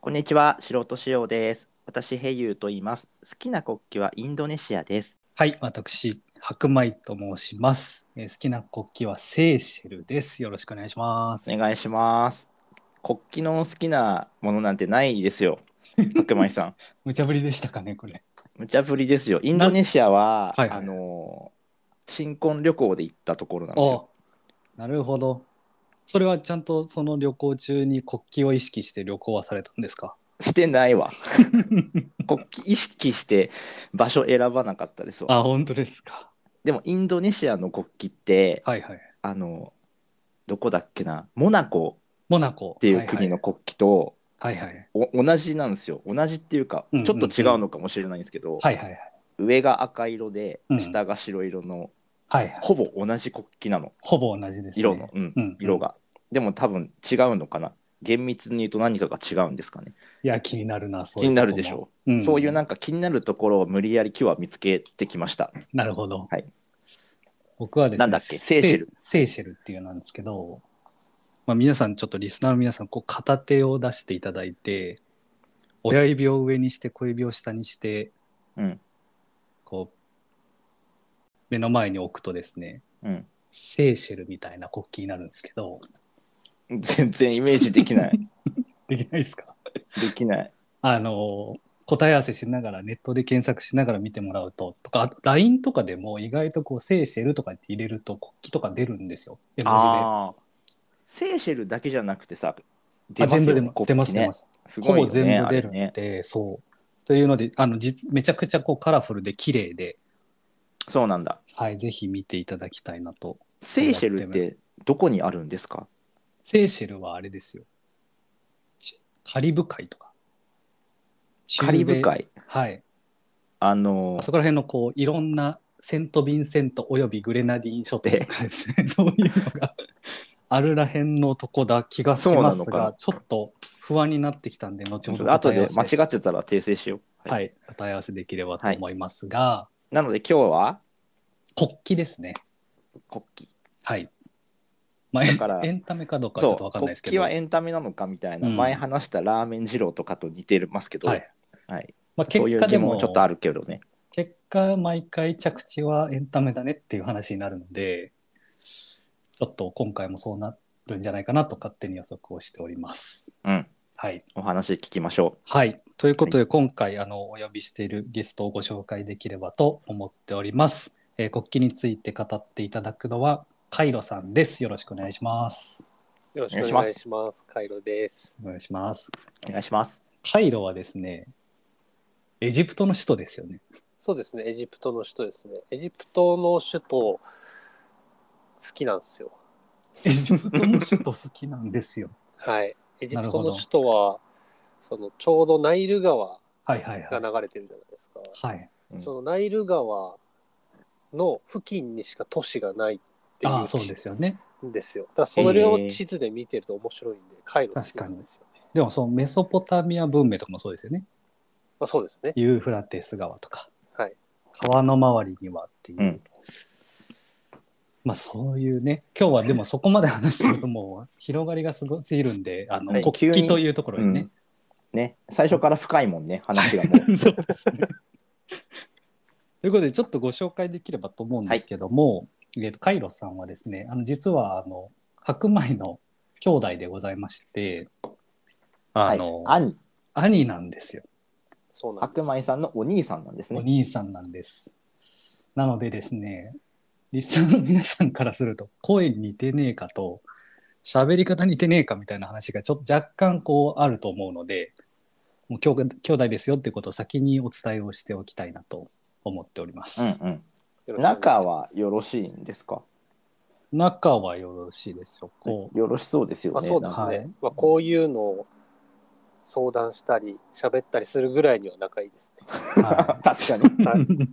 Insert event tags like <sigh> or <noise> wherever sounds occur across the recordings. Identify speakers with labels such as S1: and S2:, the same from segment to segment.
S1: こんにちは、素人仕様です。私、ヘユーと言います。好きな国旗はインドネシアです。
S2: はい、私、白米と申します。えー好きな国旗はセーシェルです。よろしくお願いします。
S1: お願いします。国旗の好きなものなんてないですよ。白米さん。 <laughs>
S2: 無茶ぶりでしたかね、これ。
S1: 無茶ぶりですよ。インドネシアは、
S2: はいはい
S1: あのー新婚旅行で行ったところなんですよ。
S2: おなるほど。それはちゃんとその旅行中に国旗を意識して旅行はされたんですか
S1: してない
S2: <laughs>
S1: わ。国旗意識して場所選ばなかったですわ。
S2: あ、本当ですか。
S1: でも、インドネシアの国旗って、
S2: はいはい。
S1: あのどこだっけな、モナコ
S2: モナコ。
S1: っていう国の国旗と、
S2: はいはい。はいはい。
S1: お同じなんですよ同じっていうか
S2: うんうん
S1: ち
S2: う
S1: ょっ
S2: ん
S1: と違うのかもしれないんですけど、
S2: はいはいはい。
S1: 上が赤色で
S2: うん
S1: 下が白色の、
S2: はいはい。
S1: ほぼ同じ国旗なの
S2: ほぼ同じですね。
S1: 色の、うん
S2: うん。
S1: 色が、でも多分違うのかな厳密に言うと何かが違うんですかね、
S2: いや、気になるな、そう
S1: 気
S2: いう
S1: に
S2: と
S1: な
S2: こ
S1: る
S2: も
S1: でしょ
S2: う
S1: う、
S2: ん
S1: そういうなんか気になるところを無理やり今日は見つけてきました
S2: なるほど。
S1: はい
S2: 僕はですね、
S1: なんだっけセーシェル。
S2: セーシェルっていうなんですけど、まあ、皆さん、ちょっとリスナーの皆さん、こう片手を出していただいて、親指を上にして、小指を下にして、
S1: うん
S2: こう、目の前に置くとですね、
S1: うん
S2: セーシェルみたいな国旗になるんですけど、
S1: 全然イメージできない
S2: <laughs> できないですか
S1: できない
S2: あの、答え合わせしながら、ネットで検索しながら見てもらうと、とか、あと LINE とかでも意外とこう、セーシェルとかって入れると国旗とか出るんですよ。絵文字で。
S1: あーセーシェルだけじゃなくてさ出
S2: あ
S1: ますよね
S2: 全部でも
S1: 国
S2: 出
S1: 旗
S2: ます
S1: ね
S2: 出ます、
S1: す
S2: ほ
S1: ごいよ
S2: ぼ
S1: ね
S2: 全部出る
S1: あれね
S2: んで、そうというのであの実めちゃくちゃこうカラフルで綺麗で、
S1: そうなんだ
S2: はい、ぜひ見ていただきたいなと
S1: セーシェルってどこにあるんですか
S2: セーシェルはあれですよちカリブ海とか中米
S1: カリブ海
S2: はい
S1: あの
S2: あそこら辺のこういろんなセント・ヴィンセントおよびグレナディン諸島とかですね <laughs> そういうのがあるらへんのとこだ気がします
S1: そうなの
S2: が
S1: か
S2: ちょっと不安になってきたんで後ほど
S1: 後
S2: 答え合
S1: で
S2: わせ
S1: 間違ってたら訂正しよう。、
S2: はいい、答え合わせできればと思いますが、
S1: なので今日は
S2: 国旗ですね。
S1: 国旗。
S2: はい。まあ、
S1: だから
S2: <laughs> エンエンタメかどうかはちょ
S1: そ
S2: っと
S1: う
S2: わかんない
S1: 国
S2: ですけど、
S1: 旗
S2: は
S1: はエンタメなのかみたいな、
S2: うん
S1: 前話したラーメン二郎とかと似てますけど、
S2: い。
S1: はい
S2: まあ、結
S1: そういう
S2: 果
S1: 疑
S2: で
S1: 問
S2: も、
S1: ちょっとあるけどね。
S2: 結果、毎回着地はエンタメだねっていう話になるので、ちょっと今回もそうなるんじゃないかなと勝手に予測をしております。
S1: うん、
S2: はい。
S1: お話聞きましょ
S2: はい。ということで、今回、あの、お呼びしているゲストをご紹介できればと思っております。えー国旗について語っていただくのは、カイロさんです。よろしくお願いします。
S3: よろし
S1: お願いし
S3: くお
S1: ま
S3: 願
S1: す
S3: いします。カイロです。
S2: お願いします。
S1: う。お願いします。
S2: カイロはですね、エジプトの首都ですよね。
S3: そうですね、エジプトの首都ですね。エジプトの首都、好きなんですよ。
S2: エジプトの首都好きなんですよ。
S3: はい。エジ
S2: なる
S3: プ
S2: ほ
S3: ト
S2: ど
S3: の首都は、そのちょうどナイル川
S2: <laughs> はいはいは
S3: が
S2: い。
S3: 流れてるじゃないですか。
S2: はい、
S1: うん
S3: そのナイル川の付近にしか都市がないっていう
S2: ああ、そうですよね。
S3: んですよ。だからそれを地図で見てると面白いんで、カイロ好きなんですよね。
S2: でも、そのメソポタミア文明とかもそうですよね。
S3: まあ、そうですね。
S2: ユーフラテス川とか、
S3: はい。
S2: 川の周りにはっていう。
S1: うん
S2: まあ、そういうね、今日はでもそこまで話しようともう広がりがすごすぎるんで、あの、
S1: はい
S2: 国
S1: 急
S2: 旗
S1: に
S2: というところにね。
S1: ね、最初から深いもんね、話
S2: <laughs>
S1: がもう。
S2: そうですね。ということで、ちょっとご紹介できればと思うんですけども、えーとカイロさんはですね、あの実はあの白米の兄弟でございまして、
S1: は
S2: あ
S1: い
S2: の、、
S1: 兄、
S2: 兄なんですよ。
S3: そうなんで
S1: 白
S3: す。
S1: 米さんのお兄さんなんです
S2: お
S1: ね。
S2: 兄さんなんです。なのでですね、リスナーの皆さんからすると、声に似てねえかと、喋り方似てねえかみたいな話がちょっと若干こうあると思うので、もう兄弟兄弟ですよってことを先にお伝えをしておきたいなと思っております。
S1: うん
S3: よ
S1: う
S3: ろ
S1: ん。
S3: しくお願いします
S1: 仲はよろしいんですか。
S2: 仲はよろしいですよ。こう
S1: よろしそうですよね。
S3: まあ、そうですね、
S2: はい
S3: まあ、こういうのを相談したり喋ったりするぐらいには仲いいですね。
S2: は
S1: なんか <laughs> 確かに。
S3: いやい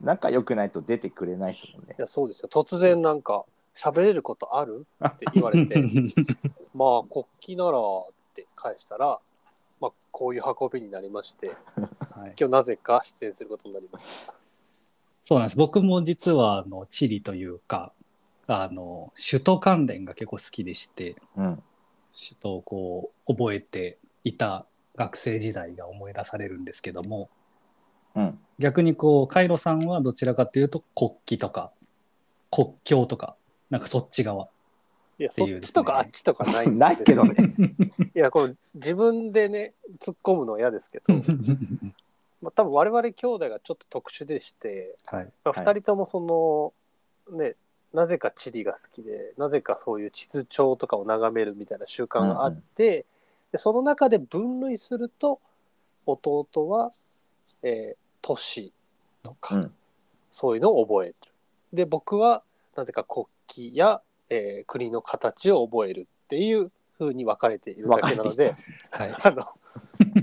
S1: 仲良くないと出てくれないですもんね。
S3: やそうですよ突然なんか「喋れることある?」って言われ
S2: <laughs>
S3: て
S2: い
S3: 「まあ国旗なら」って返したら、まあ、こういう運びになりまして
S2: はい
S3: 今日なぜか出演することになりました。
S2: <laughs> そうなんです。僕も実はあの地理というか、あの首都関連が結構好きでして、
S1: うん。
S2: 首都をこう覚えていた学生時代が思い出されるんですけども
S1: うん。
S2: 逆にこうカイロさんはどちらかというと国旗とか国境とかなんかそっち側
S3: いや、
S2: て
S3: そ
S2: いう
S3: っ
S2: ですね
S3: ちとかあっちとかないんですよ
S1: ないけどね。
S3: <laughs> いや、この自分でね、突っ込むの嫌ですけど、まあ、多分我々兄弟がちょっと特殊でして、
S2: はい
S3: まあ、
S1: <laughs> はい
S3: 2人ともその、ね、なぜか地理が好きで、なぜかそういう地図帳とかを眺めるみたいな習慣があって、でその中で分類すると、弟は、えー都市とか、
S1: うん
S3: そういうのを覚える。で、僕はなぜか国旗や、えー国の形を覚えるっていう風に分かれているだけなので、
S2: はい
S3: あの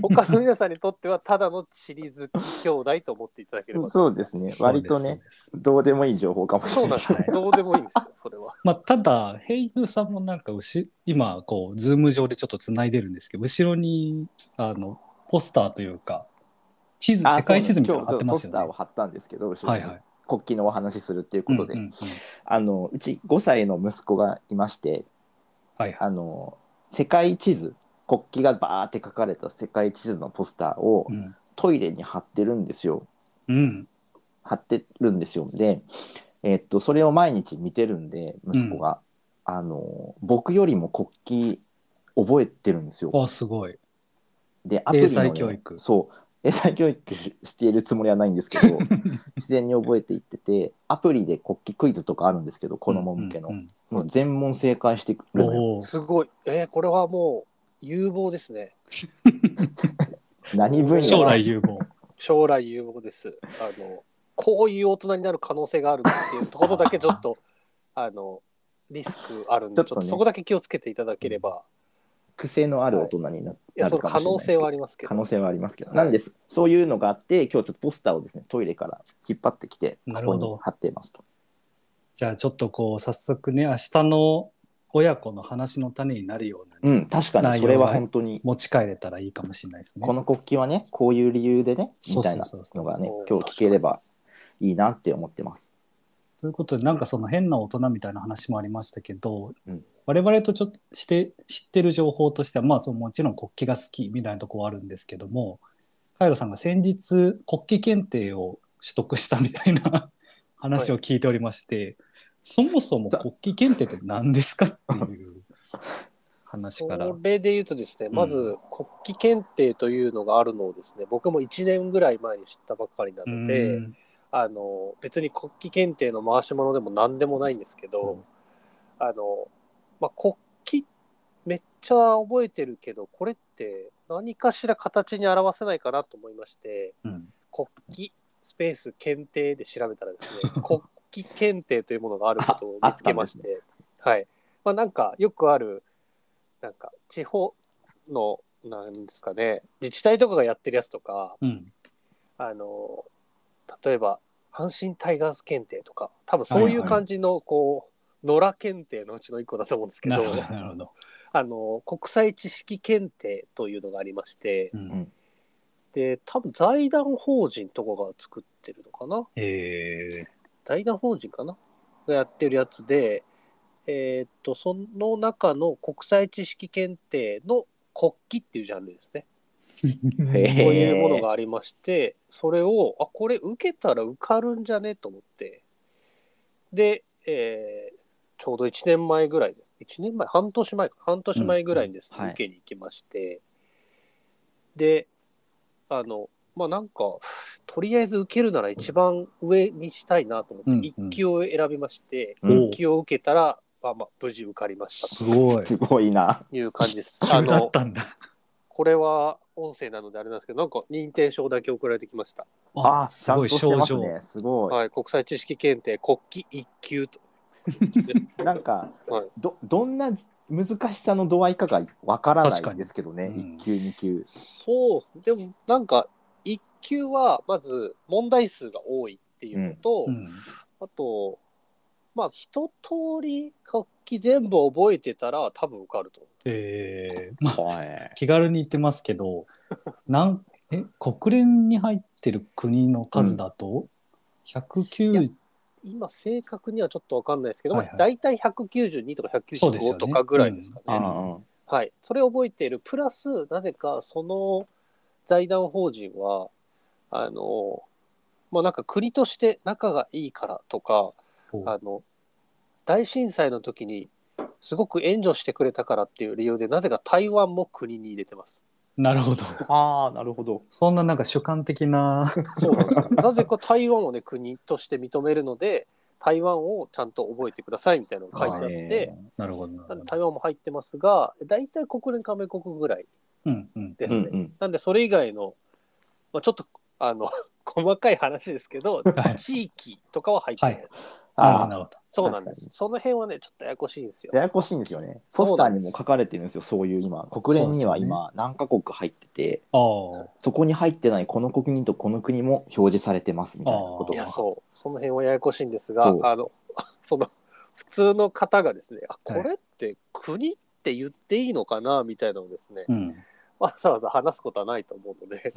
S3: 他の皆さんにとってはただの地理好き兄弟と思っていただければと
S1: そうですね。割と
S2: そう
S1: ね
S2: で、すそうです
S1: どうでもいい情報かもし
S3: そう
S1: れな
S3: な
S1: んい。
S3: ですよどうでもいいんですよそれは
S2: まあ、ただ、ヘイグさんもなんかうし、今、こう、ズーム上でちょっとつないでるんですけど、後ろに、あの、ポスターというか、地図、
S1: あ
S2: 世界地図みたいな
S1: 今
S2: の貼って
S1: 日
S2: ま
S1: ポ
S2: す
S1: ス
S2: よ
S1: タ
S2: ね。
S1: ーを貼ったんですけど、後ろ
S2: は
S1: に
S2: いはい。
S1: 国旗のお話しするっていうことで、
S2: うんうんうん
S1: あのうち5歳の息子がいまして、
S2: はいはい。
S1: あの世界地図国旗がバーって書かれた世界地図のポスターを
S2: うん。
S1: トイレに貼ってるんですよ
S2: うん。
S1: 貼ってるんですよで、えっとそれを毎日見てるんで息子が、あの僕よりも国旗覚えてるんですよ
S2: あ、すごい。
S1: でアプリのね
S2: 英才教育
S1: そう英才教育ししているつもりはないんですけど自然に覚えていっててアプリで国旗クイズとかあるんですけど子供向けの、
S2: うんうん
S1: もう全問正解してく
S2: うん
S1: るのよ
S2: おお。
S3: すごいえーこれはもう有望ですね
S1: 何分野
S2: 将来有望。 <laughs>
S3: 将来有望ですあのこういう大人になる可能性があるっていうことだけちょっとあのリスクあるんでち
S1: ちょ
S3: ょっ
S1: っ
S3: と
S1: とね
S3: そこだけ気をつけていただければ
S1: 癖のある大人にな,、
S3: いや
S1: な
S3: そ
S1: る
S3: の
S1: かもし
S3: 可
S1: れないですけ
S3: 能性
S1: ど
S3: はありますけ
S1: 可
S3: ど
S1: 能性はありますけど、
S3: はい
S1: なんですそういうのがあって今日ちょっとポスターをですねトイレから引っ張ってきて
S2: な
S1: こ
S2: る
S1: こ
S2: ほど
S1: に貼っていますと
S2: じゃあ、ちょっとこう、早速ね、明日の親子の話の種になるような、
S1: うん確かにそれ
S2: 内容が
S1: は本当に
S2: 持ち帰れたらいいかもしれないですね。
S1: この国旗はねこういう理由でねみ
S2: そう
S1: た
S2: そう
S1: いな
S2: そうそ
S1: の
S2: う
S1: がね
S3: そう
S1: 今日聞ければいいなって思ってます
S2: ということで、なんかその変な大人みたいな話もありましたけど、
S1: うん
S2: 我々とちょっとして知ってる情報としては、まあそのもちろん国旗が好きみたいなところあるんですけども、カイロさんが先日国旗検定を取得したみたいな <laughs> 話を聞いておりまして、そもそも国旗検定って何ですかっていう話から。
S3: それで言うとですね、まず国旗検定というのがあるのをですね、僕も1年ぐらい前に知ったばっかりな
S2: う
S3: の
S2: ん
S3: で、あの別に国旗検定の回し物でも何でもないんですけど、
S2: うん
S3: あのまあ、国旗めっちゃ覚えてるけどこれって何かしら形に表せないかなと思いまして
S2: うん
S3: 国旗スペース検定で調べたらですね国旗検定というものがあることを見つけまして、はいまあ、なんかよくあるなんか地方のなんですかね自治体とかがやってるやつとか
S2: うん
S3: あの例えば阪神タイガース検定とか多分そういう感じのこう、野良検定のうちの1個だと思うんですけ
S2: な
S3: ど
S2: るほど、なるほど。
S3: あの国際知識検定というのがありまして
S2: うん
S3: で多分財団法人とかが作ってるのかな
S2: え
S3: 財団法人かながやってるやつでえーっとその中の国際知識検定の国旗っていうジャンルですね
S2: ー
S1: へえ
S3: こういうものがありまして、それを、あ、これ受けたら受かるんじゃねと思って、で、えーちょうど1年前ぐらい、1年前、半年前か、半年前ぐらいにですね、
S1: うんはい
S3: 受けに行きまして、で、あの、まあなんか、とりあえず受けるなら一番上にしたいなと思
S2: う
S3: っ
S2: ん
S3: て、1級を選びまして、
S1: うん
S3: 1級を受けたら、まあまあ、無事受かりました
S2: すごい。
S1: すごいな
S3: という感じです。あ
S2: 急だ
S3: の
S2: っ、たんだ。
S3: これは音声なのであれなんですけど、なんか認定証だけ送られてきました。
S1: あ
S2: <laughs> すごい、
S1: ちゃん
S2: 症
S1: として
S2: 状
S1: ま。すねすごい、
S3: はい、国際知識検定国旗1級と。
S1: なんか、
S3: はい
S1: どどんな難しさの度合いかがわから
S2: 確
S1: な
S2: か
S1: い
S2: に
S1: ですけどね、
S2: うん
S1: 1級2級
S3: そう、でもなんか1級はまず問題数が多いっていうのと、
S2: うん
S3: あと、まあ一通り国旗全部覚えてたら多分受かると。
S2: えーまあ
S1: はい
S2: 気軽に言ってますけ
S3: <laughs>
S2: どなんえ国連に入ってる国の数だと、
S3: い
S2: 109
S3: 今正確にはちょっとわかんないですけど、
S2: はいはい
S3: まあ、大体192とか
S2: そうですよね
S3: 195とかぐらいですかね。
S1: ああ
S3: はい、それを覚えているプラスなぜかその財団法人はあのまあなんか国として仲がいいからとか
S2: ほう
S3: あの大震災の時にすごく援助してくれたからっていう理由でなぜか台湾も国に入れてます。
S2: なるほど。
S1: ああ、なるほど。
S2: そんななんか主観的
S3: <laughs>
S2: な。
S3: そうなんですよなぜか台湾をね国として認めるので台湾をちゃんと覚えてくださいみたいなのが書いてあって、
S2: なるほど。なるほど
S3: 台湾も入ってますが大体国連加盟国ぐらい
S2: うんうん。
S3: です
S1: う
S3: ね。
S1: んうん。
S3: なんでそれ以外の、まあ、ちょっとあの <laughs> 細かい話ですけど、
S2: はい
S3: 地域とかは入ってない、
S2: はなるほ
S1: あ
S2: どな
S1: あ、
S2: るほど。
S3: そうなんで
S1: 確か
S3: す。その辺はね、ちょっとややこしいんですよ。
S1: ややこしいんですよね。ポスターにも書かれてるんですよ、そういう今。国連には
S2: そうですよ
S1: 今、何カ国入ってて、
S2: あ
S1: そこに入ってないこの国とこの国も表示されてますみたいなこと
S3: い
S1: が
S3: や、。そう、その辺はややこしいんですが、
S1: そう
S3: あの <laughs> その普通の方がですね、あこれって国って言っていいのかなみたいなのをですね、
S2: あ。うん。
S3: わざわざ話すことはないと思う
S2: <laughs>
S3: ので、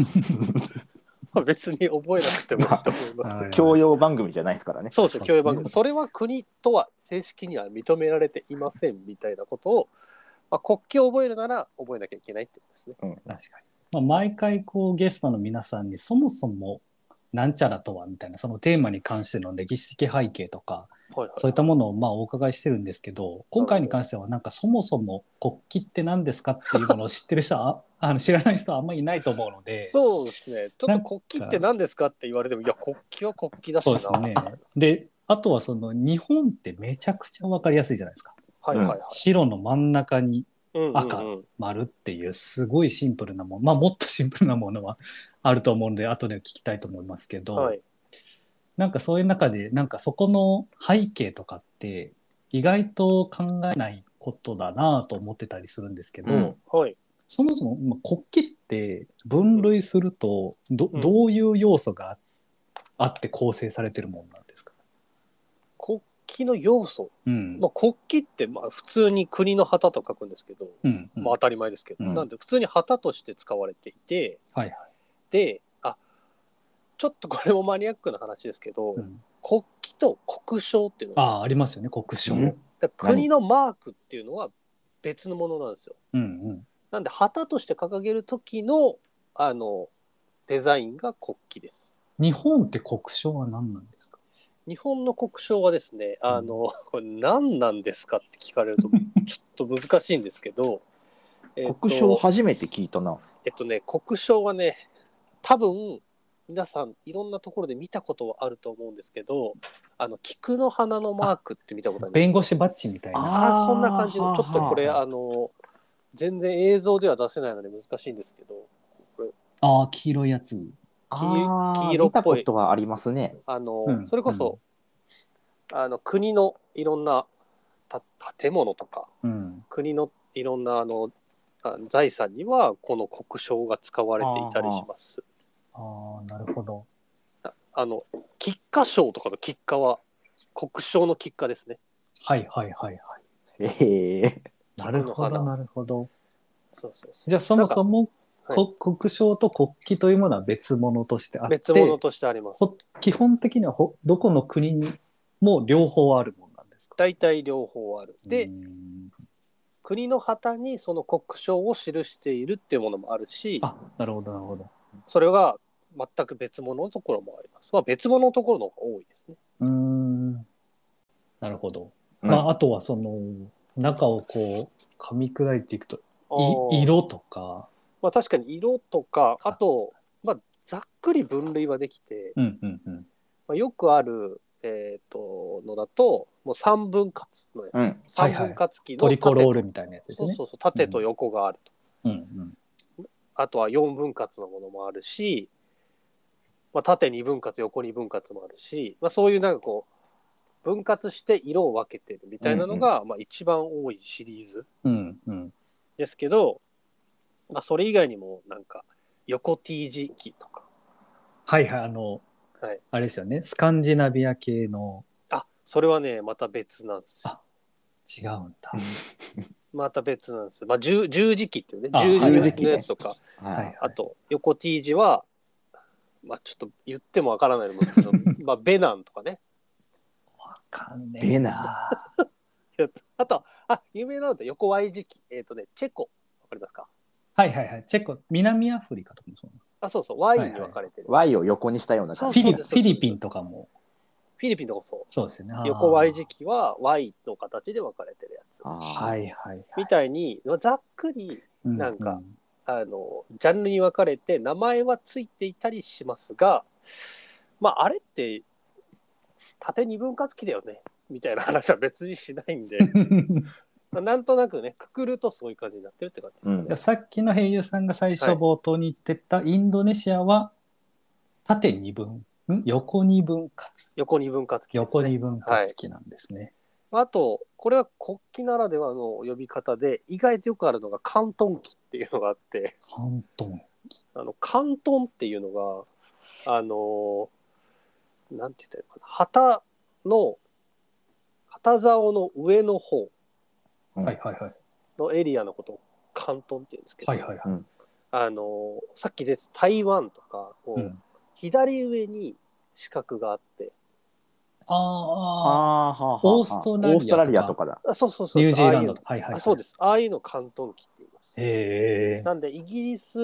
S3: まあ別に覚えなくてもいいと思います。
S2: はい
S1: 教養番組じゃないですからね。
S3: そうです
S2: そうですね
S3: ね、教育番組。それは国とは正式には認められていませんみたいなことを、まあ、国旗を覚えるなら覚えなきゃいけないってことですね。
S2: 確かに。まあ、毎回こうゲストの皆さんにそもそもなんちゃらとはみたいなそのテーマに関しての歴史的背景とか
S3: はいはい、
S2: そういったものをまあお伺いしてるんですけど今回に関してはなんかそもそも国旗って何ですかっていうものを知ってる人はああの知らない人はあんまりいないと思うので
S3: そうですね。ちょっと国旗って何ですかって言われても、いや、国旗は国旗だし
S2: そう
S3: な。
S2: ですね。であとはその日本ってめちゃくちゃ分かりやすいじゃないですか。
S3: はいはいはい。
S2: 白の真ん中に
S3: うんうんうん
S2: 赤丸っていうすごいシンプルなものまあもっとシンプルなものは <laughs> あると思うので後で聞きたいと思いますけど、
S3: はい。
S2: なんかそういう中でなんかそこの背景とかって意外と考えないことだなと思ってたりするんですけど、
S1: うん
S3: はい。
S2: そもそもまあ国旗って分類するとど,、
S3: うん
S2: どういう要素があって構成されてるもんなんですか、
S3: 国旗の要素。
S2: うん
S3: まあ、国旗って、まあ、普通に国の旗と書くんですけど、
S2: うんうん
S3: まあ、当たり前ですけど、
S2: うん
S3: なんで普通に旗として使われていて、
S2: はいはい
S3: で、あちょっとこれもマニアックな話ですけど、
S2: うん
S3: 国旗と国章っていうの
S2: あ
S3: が
S2: あありますよね国章、
S1: う
S2: うんん
S3: だから国のマークっていうのは別のものなんですよ。
S2: うん、
S3: なんで旗として掲げる時のあのデザインが国旗です。
S2: 日本って国章は何なんですか
S3: 日本の国章はですね、あの、 <laughs> これ何なんですかって聞かれるとちょっと難しいんですけど、えっと
S1: 国章初めて聞いたな。
S3: えっとね、国章はね、多分皆さんいろんなところで見たことはあると思うんですけど、あの菊の花のマークって見たことあります
S2: 弁護士バッジみたいな
S3: あ
S1: ー
S3: ーそんな感じの、ちょっとこれ、
S1: はあ
S3: あの、全然映像では出せないので難しいんですけど、
S2: ああ黄色いやつ
S1: あー
S3: 黄色っぽい
S1: 見たことはありますね。
S3: あの、
S2: うん
S3: それこそ、あの、国のいろんなた建物とか、
S2: うん
S3: 国のいろんな、あの、あ財産には、この国章が使われていたりします。
S2: ああなるほど
S3: あの、菊花賞とかの菊花は、国章の菊花ですね。
S2: はいはいはいはい
S1: ええ
S2: なるほどなるほど
S3: そうそうそう
S2: じゃあそもそも
S3: なんか
S2: こ国章と国旗というものは別物としてあって
S3: 別物としてあります。
S2: ほ基本的にはほどこの国にも両方あるものなんですか
S3: 大体両方ある。で、
S2: うん
S3: 国の旗にその国章を記しているっていうものもあるし、
S2: あなるほどなるほど
S3: それが全く別物のところもあります。まあ、別物のところの方が多いですね。
S2: うーんなるほど、
S1: うん
S2: まああとはその中をこう噛み砕いていくとい
S3: 色、
S2: 色とか
S3: まあ、確かに色とか、
S2: はい
S3: あと、まあ、ざっくり分類はできて、
S2: うんうんうん
S3: まあ、よくある、えー、とのだと、もう三分割のやつ。
S1: うん。
S2: はい
S3: 三
S2: はい
S3: 分割機の
S2: トリコロー
S3: ル
S2: ルみたいなやつです
S3: そう
S2: ね
S3: そうそう、縦と横があると。
S2: うんうん
S3: あとは四分割のものもあるし、まあ、縦二分割、横二分割もあるし、まあ、そういうなんかこう、分割して色を分けてるみたいなのが、まあ、一番多いシリーズ。
S2: うんうん
S3: ですけど、まあ、それ以外にもなんか横 T 字機とか、
S2: はいはい、あの、
S3: はい、
S2: あれですよね、スカンジナビア系の、
S3: あそれはねまた別なんですよ
S2: あ違うんだ。
S3: また別なんですよ、まあ、十十字機っていうね
S2: あ
S3: 十
S2: はい
S1: はい
S3: 字機のやつとか、
S1: はい。
S2: はい
S3: あと横 T 字はまあちょっと言ってもわからないと思うんですけどまあベナンとかね
S2: わかんねえ。
S1: ベナ
S3: やったあと、あ、有名なので横 Y 時期、えっ、とね、チェコ、わかりますか
S2: はいはいはい。チェコ、南アフリカとかもそうな
S3: あ、そうそう、Y に分かれてる。
S1: Y を横にしたような
S3: あ
S2: の
S1: 感
S2: フ
S1: じ
S2: ィリ
S3: そうです
S2: フィリピンとかも
S3: フィリピンとかもそ
S2: そうですよね。あー
S3: う。横 Y 時期は Y の形で分かれてるやつ。
S1: あー
S2: はいはいはい。
S3: みたいに、ざっくり、なんかあの、ジャンルに分かれて、名前はついていたりしますが、まあ、あれって、縦二分割機だよね、みたいな話は別にしないんで、
S2: <laughs> うん、
S3: まあなんとなくね、くくるとそういう感じになってるって感じですかね。
S1: うん
S2: さっきの平優さんが最初
S3: はい
S2: 冒頭に言ってたインドネシアは縦二分、ん横二分割、
S3: 横二分割機です、ね。
S2: 横二分割機なんですね。
S3: あと、これは国旗ならではの呼び方で、意外とよくあるのが関東旗っていうのがあって、
S2: 関東。
S3: あの関東っていうのが、あのーなんて言ったらいいのかな、旗の、旗竿の上の方
S1: うん
S2: はいはいはい。
S3: のエリアのことを関東って言うんですけど、
S2: はいはいは
S3: あのーさっき出てた台湾とか、こう
S2: い。うん、
S3: 左上に四角があって、
S2: あ
S1: あー
S2: あ、
S1: はあはあはあ
S2: オーストラリアとか
S1: オーストラリアとかだ。
S3: あそうそうそうそう、
S2: ニュージーランド
S3: あ
S2: とか。はい
S3: あ
S2: はい、
S3: いうの
S2: はい。
S3: あそうです。ああいうの関東旗って言います。
S2: へえ。
S3: なんで、イギリス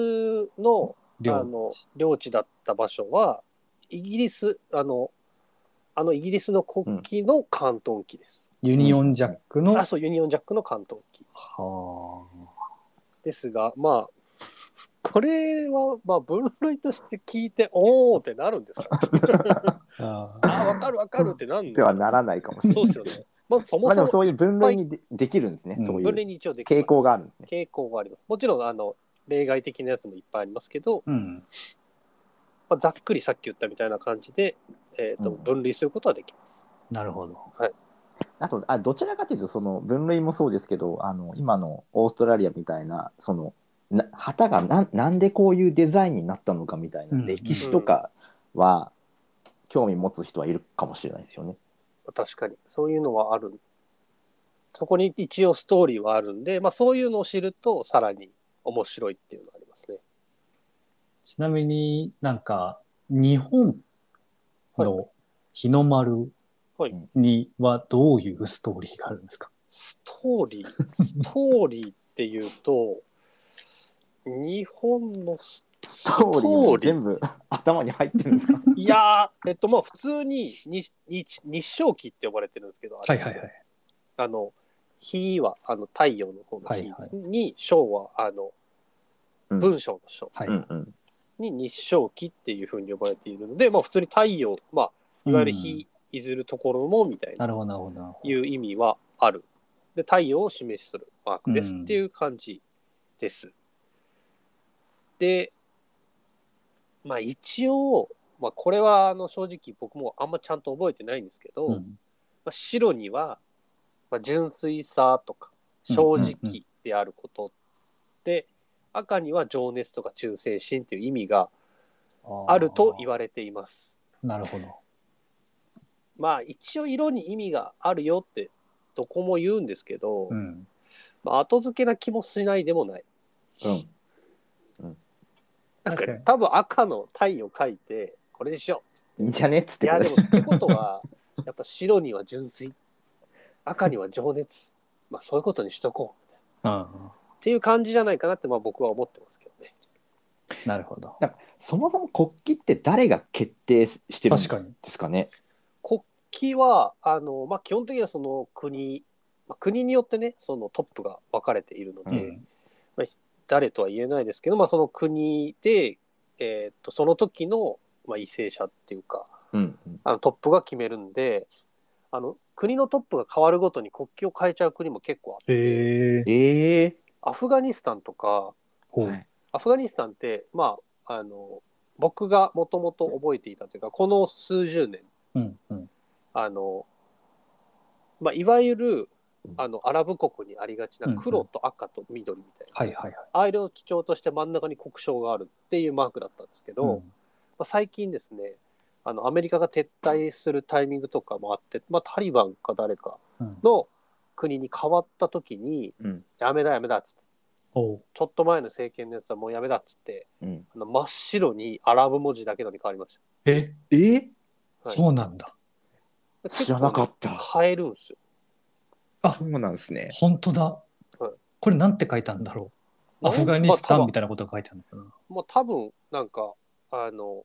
S3: のあの
S2: 両地。
S3: 領地だった場所はイギリスあのあのイギリスの国旗の関東旗です、
S2: ユニオンジャックの。
S3: あそうユニオンジャックの関東旗
S2: は
S3: ですがまあこれはまあ分類として聞いておおってなるんですか
S2: ーあー。
S3: あわかるわかるってなんの
S1: ではならないかもしれない。
S3: そうですよねまずそ
S1: ま
S3: も
S1: あで
S3: そ
S1: も
S3: も
S1: そういう分類にでできるんですね、
S2: うん
S1: そうい
S3: 分類
S1: う
S3: に一応できます
S1: 傾向があるんですね。
S3: 傾向がありますもちろんあの例外的なやつもいっぱいありますけど、
S2: うん。
S3: まあ、ざっくりさっき言ったみたいな感じで、えーと
S1: うん
S3: 分類することはできます、
S2: なるほど。
S1: あとあどちらかというとその分類もそうですけどあの今のオーストラリアみたいなそのな旗がなんなんでこういうデザインになったのかみたい
S2: うん
S1: な歴史とかは興味持つ人はいるかもしれないですよね。
S3: 確かにそういうのはあるそこに一応ストーリーはあるんで、まあ、そういうのを知るとさらに面白いっていうのはありますね
S2: ちなみになんか日本の日の丸
S3: はい
S2: にはどういうストーリーがあるんですか、
S3: ストーリーストーリーっていうと日本のス
S1: ストーリーも
S3: ストーリー
S1: 全部頭に入ってるんですか
S3: いやーえっとまあ普通に日日日照記って呼ばれてるんですけどあれ
S2: い。
S3: あの日はあの太陽の方の日
S2: はいはい
S3: に章はあの
S1: うん
S3: 文章の章、
S2: は
S1: <laughs>
S2: い。
S1: うんうん
S3: に日照期っていうふうに呼ばれているので、まあ、普通に太陽、まあ、いわゆる日いずるところもみたい
S2: な
S3: な
S2: るほど、なるほどなるほ
S3: いう意味はある。で、太陽を示するマークです
S2: うん
S3: っていう感じです。で、まあ一応、まあこれはあの正直僕もあんまちゃんと覚えてないんですけど、
S2: ど。
S3: まあ、白には、まあ、純粋さとか正
S2: うんうんう
S3: 直であることで、赤には情熱とか忠誠心っていう意味があると言
S2: わ
S3: われています。
S2: なるほど。
S3: まあ一応色に意味があるよってどこも言うんですけど、
S2: うん。
S3: まあ、後付けな気もしないでもない。
S1: うん
S3: なんか
S2: 確かに
S3: 多分赤の太陽書いてこれでしょ
S1: いいんじゃねっつっ
S3: う。い
S1: て
S3: や
S1: これ
S3: でもってことは <laughs> やっぱ白には純粋赤には情熱まあそういうことにしとこう
S2: うん。
S3: っていう感じじゃないかなってまあ僕は思ってますけどね。
S2: なるほど。
S1: そもそも国旗って誰が決定してるん
S2: 確
S1: で
S2: かに。
S1: すかね
S3: 国旗はあの、まあ、基本的にはその国、まあ、国によってねそのトップが分かれているので。
S2: うん
S3: 誰とは言えないですけど、まあ、その国で、えー、とその時の、まあ、為政者っていうか
S1: うんうん
S3: あのトップが決めるんであの国のトップが変わるごとに国旗を変えちゃう国も結構あって
S2: へえ。
S1: ええ
S3: アフガニスタンとか
S2: ほ
S1: は
S2: う
S1: い。
S3: アフガニスタンって、まあ、あの僕がもともと覚えていたというかこの数十年
S2: うん。うん。
S3: あの、まあ、いわゆる
S1: うん
S3: あのアラブ国にありがち
S2: うん
S3: な
S2: うん
S3: 黒と赤と緑みたいな、
S2: はいはいはい。
S3: ああいうのを基調として真ん中に国章があるっていうマークだったんですけ
S2: う
S3: ど、
S2: ん
S3: まあ、最近ですねあのアメリカが撤退するタイミングとかもあって、まあ、タリバンか誰か
S2: うん。
S3: の国に変わった時に
S1: うん
S3: やめだやめだっつって
S2: ほう
S3: ちょっと前の政権のやつはもうやめだっつって
S1: うん
S3: あの真っ白にアラブ文字だけのに変わりまし
S2: え、
S1: えー
S3: た、はい
S2: そうなんだ。
S1: 知らなかった
S3: 結構ね変えるんですよ
S2: あ
S1: そうなんですね。
S2: 本当だ
S3: はい。
S2: これなんて書いたんだろう。ア
S3: なん
S2: フガニスタ
S3: ま
S2: ン
S3: あ
S2: みたいなことが書いてあるのかな。
S3: もう多分、なんか、あの、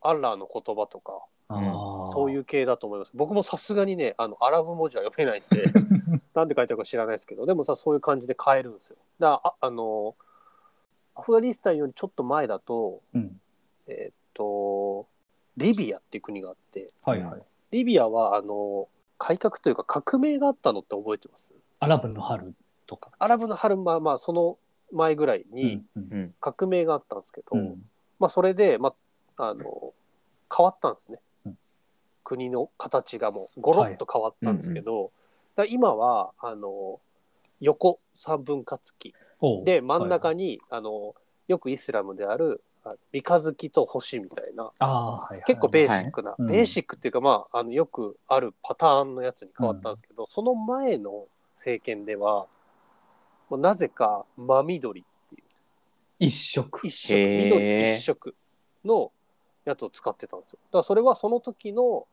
S3: アッラーの言葉とか、
S1: ん
S2: ああ。。
S3: そういうう系だと思います。僕もさすがにね、あの、アラブ文字は読めないん
S2: <laughs>
S3: で、なんて書いてあるか知らないですけど、でもさ、そういう感じで変えるんですよ。だからああの、アフガニスタンよりちょっと前だと、
S2: うん。
S3: えーっと、リビアっていう国があって、
S2: はいはい。
S3: リビアは、あの、改革というか革命があったのって覚えてます
S2: アラブの春とか。
S3: アラブの春、まあまあ、その前ぐらいうに
S2: ん。
S1: うん。
S3: 革命があったんですけど、
S2: うん。
S3: まあ、それで、まあ、あの変わったんですね、
S2: うん
S3: 国の形がもうゴロッと変わったんですけど、だから今はあの横三分割期
S2: おう
S3: で真ん中
S2: はいはい
S3: に、あのよくイスラムであるあ三日月と星みたいな
S2: ああ、はいはい。
S3: 結構ベーシックな、
S2: うん
S3: ベーシックっていうか、まあ、あのよくあるパターンのやつに変わったんですけど、その前の政権ではもうなぜか真緑
S2: 一色。
S3: 一色
S1: へー
S3: 緑一色のやつを使ってたんですよだからそれはその時の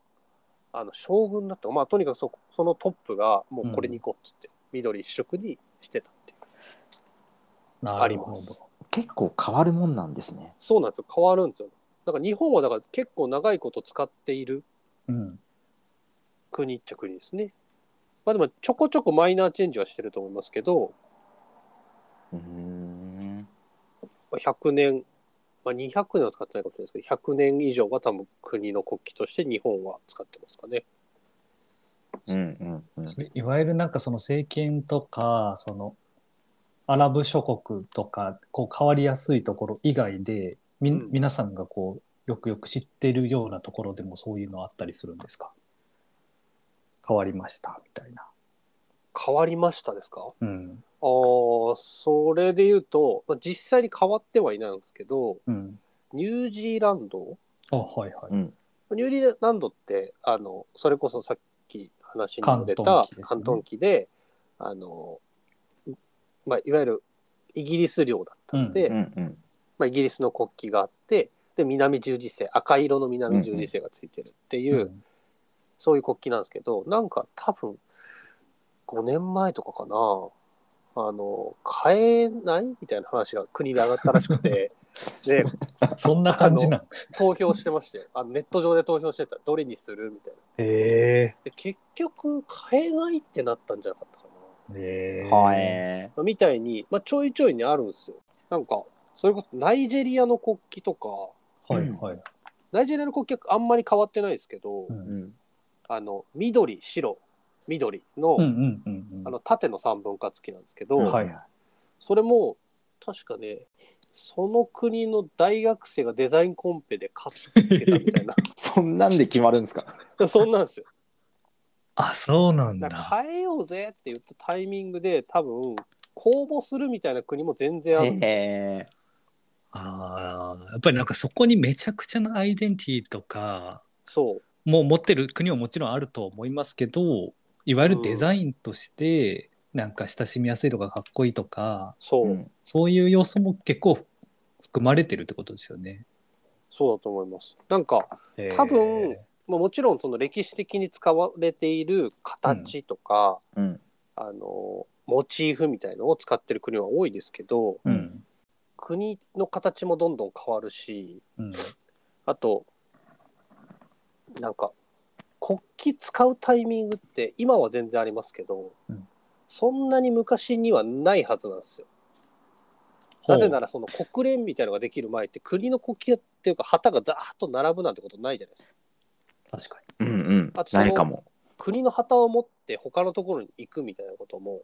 S3: あの将軍だったまあとにかくそそのトップがもうこれに行こうっつって、緑一色にしてたっていう
S2: な
S3: あり
S2: る
S3: ま
S2: ほ
S3: す
S2: ど。
S1: 結構変わるもんなんですね。
S3: そうなんですよ変わるんですよだから日本はだから結構長いこと使っている
S2: うん。
S3: 国っちゃ国ですねまあでもちょこちょこマイナーチェンジはしてると思いますけど
S1: うーん。
S3: まあ100年、まあ、200年は使ってないかもしれないですけど100年以上は多分国の国旗として日本は使ってますかね
S1: うんうんうん。
S2: いわゆるなんかその政権とか、そのアラブ諸国とか、こう変わりやすいところ以外で、み、
S3: うん
S2: 皆さんがこう、よくよく知ってるようなところでもそういうのあったりするんですか変わりました、みたいな。
S3: 変わりましたですか
S2: うん。
S3: あーそれで言うと、まあ、実際に変わってはいないんですけど、
S2: うん。
S3: ニュージーランド
S2: あ、はいはい。
S1: うん
S3: ニュージーランドって、あの、それこそさっき話にも出
S2: 関
S3: た
S2: 東機ですね
S3: 関東機で、あの、まあ、いわゆるイギリス領だったんで、
S1: うんうん。
S3: まあ、イギリスの国旗があって、で、南十字星、赤色の南十字星がついてるっていう、
S2: うん
S3: そういう国旗なんですけど、なんか多分、5年前とかかな、あの、変えないみたいな話が国で上がったらしく
S2: <laughs>
S3: て、で、
S2: <laughs> そんな感じ <laughs> なの。
S3: 投票してまして、あのネット上で投票してた、どれにするみたいな。
S2: へ
S3: で、結局、変えないってなったんじゃなかったか
S2: え。
S3: な。
S2: へえ。
S1: は。い。
S3: まあみたいに、まあ、ちょいちょいにあるんですよ。なんか、それこそナイジェリアの国旗とか、
S2: はいはい。
S3: ナイジェリアの国旗はあんまり変わってないですけ
S2: う
S3: ど、
S2: ん
S1: うん。
S3: あの、緑、白、緑の、
S2: うんうんうんうん。
S3: あの、縦の三分割機なんですけど、
S1: うん
S2: はいはい。
S3: それも、確かね、その国の大学生がデザインコンペで買ってたみた
S1: <laughs>
S3: いな、 <laughs>
S1: そんなんで決まるんですか。
S3: そんなんですよ。
S2: あ、そうなん
S3: だか
S2: だ。
S3: ら変えようぜって言ったタイミングで、多分公募するみたいな国も全然ある、
S1: へえ。
S2: ああ、やっぱりなんかそこにめちゃくちゃなアイデンティティとか、
S3: そう、
S2: もう持ってる国はもちろんあると思いますけど、いわゆるデザインとして、なんか親しみやすいとかかっこいいとか、
S3: そう、
S1: うん
S2: そういう要素も結構含まれてるってことですよね。
S3: そうだと思います。なんか、多分
S2: へ
S3: まあ、もちろんその歴史的に使われている形とか、
S1: うん。
S3: あの、モチーフみたいのを使ってる国は多いですけど、
S2: ー、うん。
S3: 国の形もどんどん変わるし、
S2: うん。
S3: あと、なんか、国旗使うタイミングって、今は全然ありますけど、
S2: うん
S3: そんなに昔にはないはずなんですよ。
S2: ほう
S3: なぜなら、その国連みたいのができる前って、国の国旗っていうか、旗がざーっと並ぶなんてことないじゃないですか。
S2: 確か
S1: うんうん
S3: あと。その
S1: ないかも。
S3: 国の旗を持って、他のところに行くみたいなことも、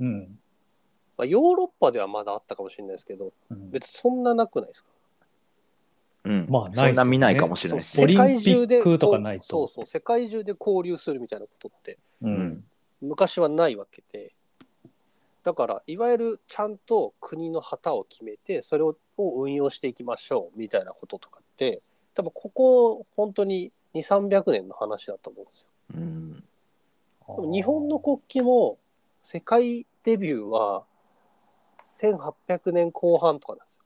S2: に。うん。
S3: まあ、ヨーロッパではまだあったかもしれないですけど、
S2: うん
S3: 別にそんななくないですか。
S1: うん。
S2: まあない
S1: そ
S2: っすよね
S1: んな見ないかもしれ
S3: そ
S1: な
S3: う
S1: いです
S2: オ
S1: ね。
S2: リン
S3: 世界
S2: ピ
S3: 中で
S2: ックとか
S3: こう
S2: ないと
S3: そうそう、世界中で交流するみたいなことって、
S2: う。
S1: うんん。
S3: 昔はないわけでだからいわゆるちゃんと国の旗を決めてそれをを運用していきましょうみたいなこととかって多分ここ本当に2300年の話だと思うんですよ。
S1: うん。
S3: でも日本の国旗も世界デビューは1800年後半とかなんですよ。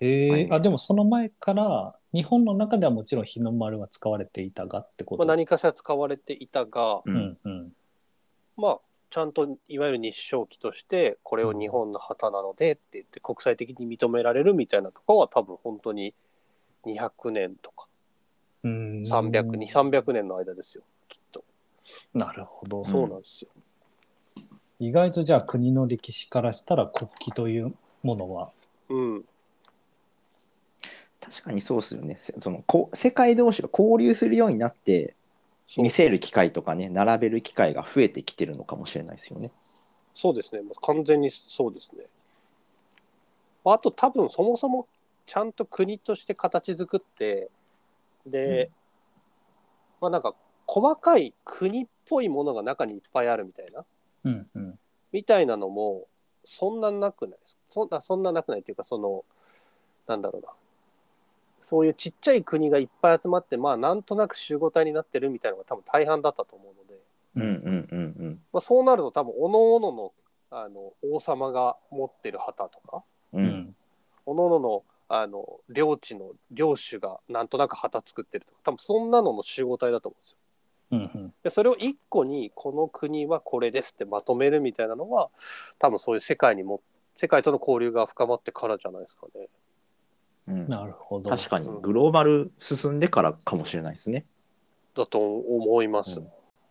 S2: へえ、
S1: はい
S2: あ、でもその前から、日本の中ではもちろん日の丸は使われていたがってこ
S3: まあ、
S2: と。
S3: 何かしら使われていたが
S1: う。
S2: うんんうん。
S3: まあちゃんといわゆる日照旗としてこれを日本の旗なのでって言って国際的に認められるみたいなとかは多分本当に200年とか
S2: うん
S3: 300に300年の間ですよきっと
S2: なるほど。
S3: そうなんですよ、
S2: 意外とじゃあ国の歴史からしたら国旗というものは。
S3: うん、
S1: 確かにそうですよねせそのこ世界同士が交流するようになって
S3: そう
S1: 見せる機会とかね並べる機会が増えてきてるのかもしれないですよね。
S3: そうですね、もう完全にそうですね。あと多分そもそもちゃんと国として形作って、で、まあなんか細かい国っぽいものが中にいっぱいあるみたいな、
S2: うんうん。
S3: みたいなのもそんななくないですかそんな、そんななくないっていうか、その、なんだろうな。そういうちっちゃい国がいっぱい集まって、まあなんとなく集合体になってるみたいなのが多分大半だったと思うので、
S1: うんうんうんうん
S3: まあ、そうなると多分おのおののあの王様が持ってる旗とか
S1: う
S2: うんん。
S3: おのおののあの領地の領主がなんとなく旗作ってるとか多分そんなのの集合体だと思うんですよ。
S2: うんうん。
S3: でそれを一個にこの国はこれですってまとめるみたいなのは多分そういう世界にも世界との交流が深まってからじゃないですかね。
S1: うん
S2: なるほど。
S1: 確かにグローバル進んでからかもしれないですね。
S3: だと思います。
S1: うん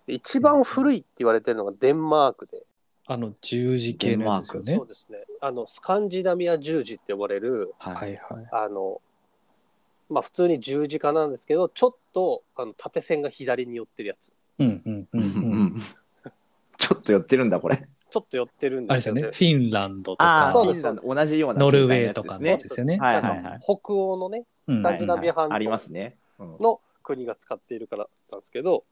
S3: 一番古いって言われてるのがデンマークで、
S2: あの十字系のやつですよね
S3: そう。ですねあのスカンジナミア十字って呼ばれる
S1: は
S2: はい
S1: い、
S2: はい。
S3: あの、まあ普通に十字架なんですけど、ちょっとあの縦線が左に寄ってるやつ。
S2: うんうん
S1: う
S2: う
S1: んん
S2: う。
S1: うんん、ちょっと寄ってるんだこれ。
S3: ちょっと寄ってるん
S2: あれで
S3: で
S2: す
S3: す
S2: よね。
S3: よね。
S2: フィンランドと
S1: あ
S2: か
S1: あ、
S3: そう
S1: フ
S3: で
S1: ィ
S3: す
S1: ンランド同じような
S2: ノルウェーとか
S1: みたいな
S2: のや
S1: や
S2: つ
S1: つ
S2: で
S1: ですす
S2: よね。
S1: ね。はいはいはい。
S3: 北欧のね、
S2: うん
S3: ス
S1: は
S3: カ
S1: い
S3: ンジナビア半
S1: ありま
S3: 島
S1: すね。うん
S3: の国が使っているからなんですけど、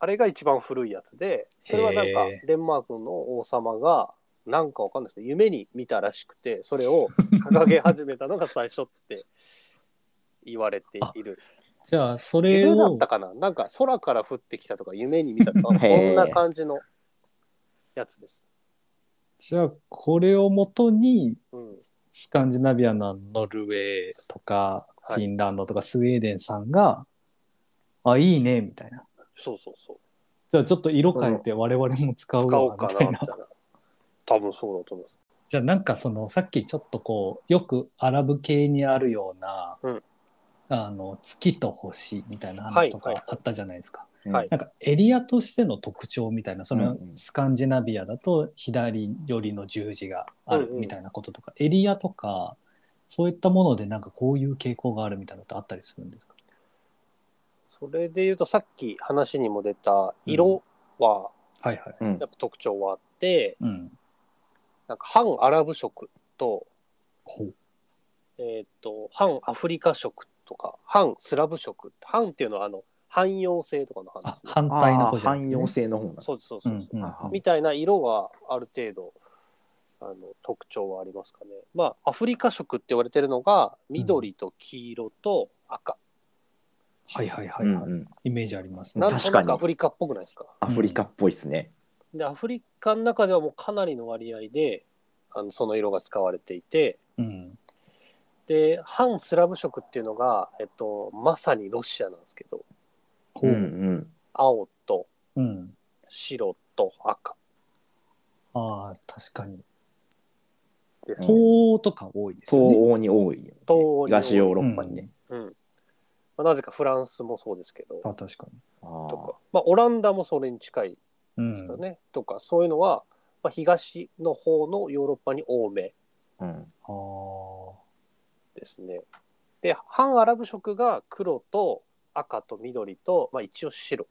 S3: あれが一番古いやつで、それはなんか
S2: へ
S3: デンマークの王様が、なんかわかんないですけど、夢に見たらしくて、それを掲げ始めたのが最初って言われている。
S2: じゃあそれ
S3: 夢だっ
S2: を
S3: たかななんか空から降ってきたとか夢に見たとかそんな感じのやつです。
S2: じゃあこれをもとに
S3: うん、
S2: スカンジナビアのノルウェーとか
S3: は
S2: フ
S3: い
S2: ィンランドとかスウェーデンさんが、あいいねみたいな。
S3: そうそうそう。
S2: じゃあちょっと色変えて我々も使う
S3: 使おう
S2: わ
S3: か
S2: み
S3: な
S2: たい
S3: み
S2: な
S3: たい。な。多分そうだと思います。
S2: じゃあなんかそのさっきちょっとこうよくアラブ系にあるような、
S3: うん
S2: あの月と星みたいな話と
S3: はいは
S2: か
S3: い
S2: あったじゃないですか、
S3: はい
S2: なんかエリアとしての特徴みたいなその
S1: うんうん
S2: スカンジナビアだと左寄りの十字がある
S3: うんうん
S2: みたいなこととか、エリアとかそういったものでなんかこういう傾向があるみたいなのってあったりするんですか
S3: それで言うとさっき話にも出た色は
S2: はいはい。
S1: うん
S3: やっぱ特徴はあって、
S2: うん。
S3: なんか反アラブ色と,、
S2: ほう。
S3: えー、と反アフリカ色とか反スラブ色反っていうのはあの汎用性とかの
S2: あ
S3: 話ですね。
S2: 反
S1: あ
S2: 対の
S1: ー
S2: 方じゃなくて
S1: 汎
S2: ね
S1: 用性の方なんだ
S3: そうですそうですそうです。
S2: うんうん
S1: はい
S3: みたいな色はある程度あの特徴はありますかね。まあアフリカ色って言われてるのが緑と黄色と赤。
S2: はいはいは
S1: う
S2: い、
S1: ん
S2: はい
S1: うん
S2: イメージあります
S1: ん
S2: ね
S3: なん。と
S1: 確
S3: な
S1: かに
S3: くアフリカっぽくないですか。
S1: アフリカっぽいですね。
S3: でアフリカの中ではもうかなりの割合であのその色が使われていて
S2: うん。
S3: で反スラブ色っていうのが、えっと、まさにロシアなんですけど
S2: ほう。
S1: ん
S3: 青と
S2: うん
S3: 白と赤
S2: ああ、確かに。
S3: です、
S2: 東
S1: ほ
S2: 欧とか多いです
S1: 東
S2: よね。
S1: 欧に多いよね、
S3: 東欧に多い
S1: 東ヨーロッパにね。
S3: うんまあ、なぜかフランスもそうですけど
S2: あ確かに。
S3: と
S1: あ
S3: か、まあ、オランダもそれに近い
S2: うん
S3: ですよね、とかそういうのは、まあ、東の方のヨーロッパに多め
S1: あ、うん
S2: あー
S3: ですねで反アラブ色が黒と赤と緑と、まあ、一応白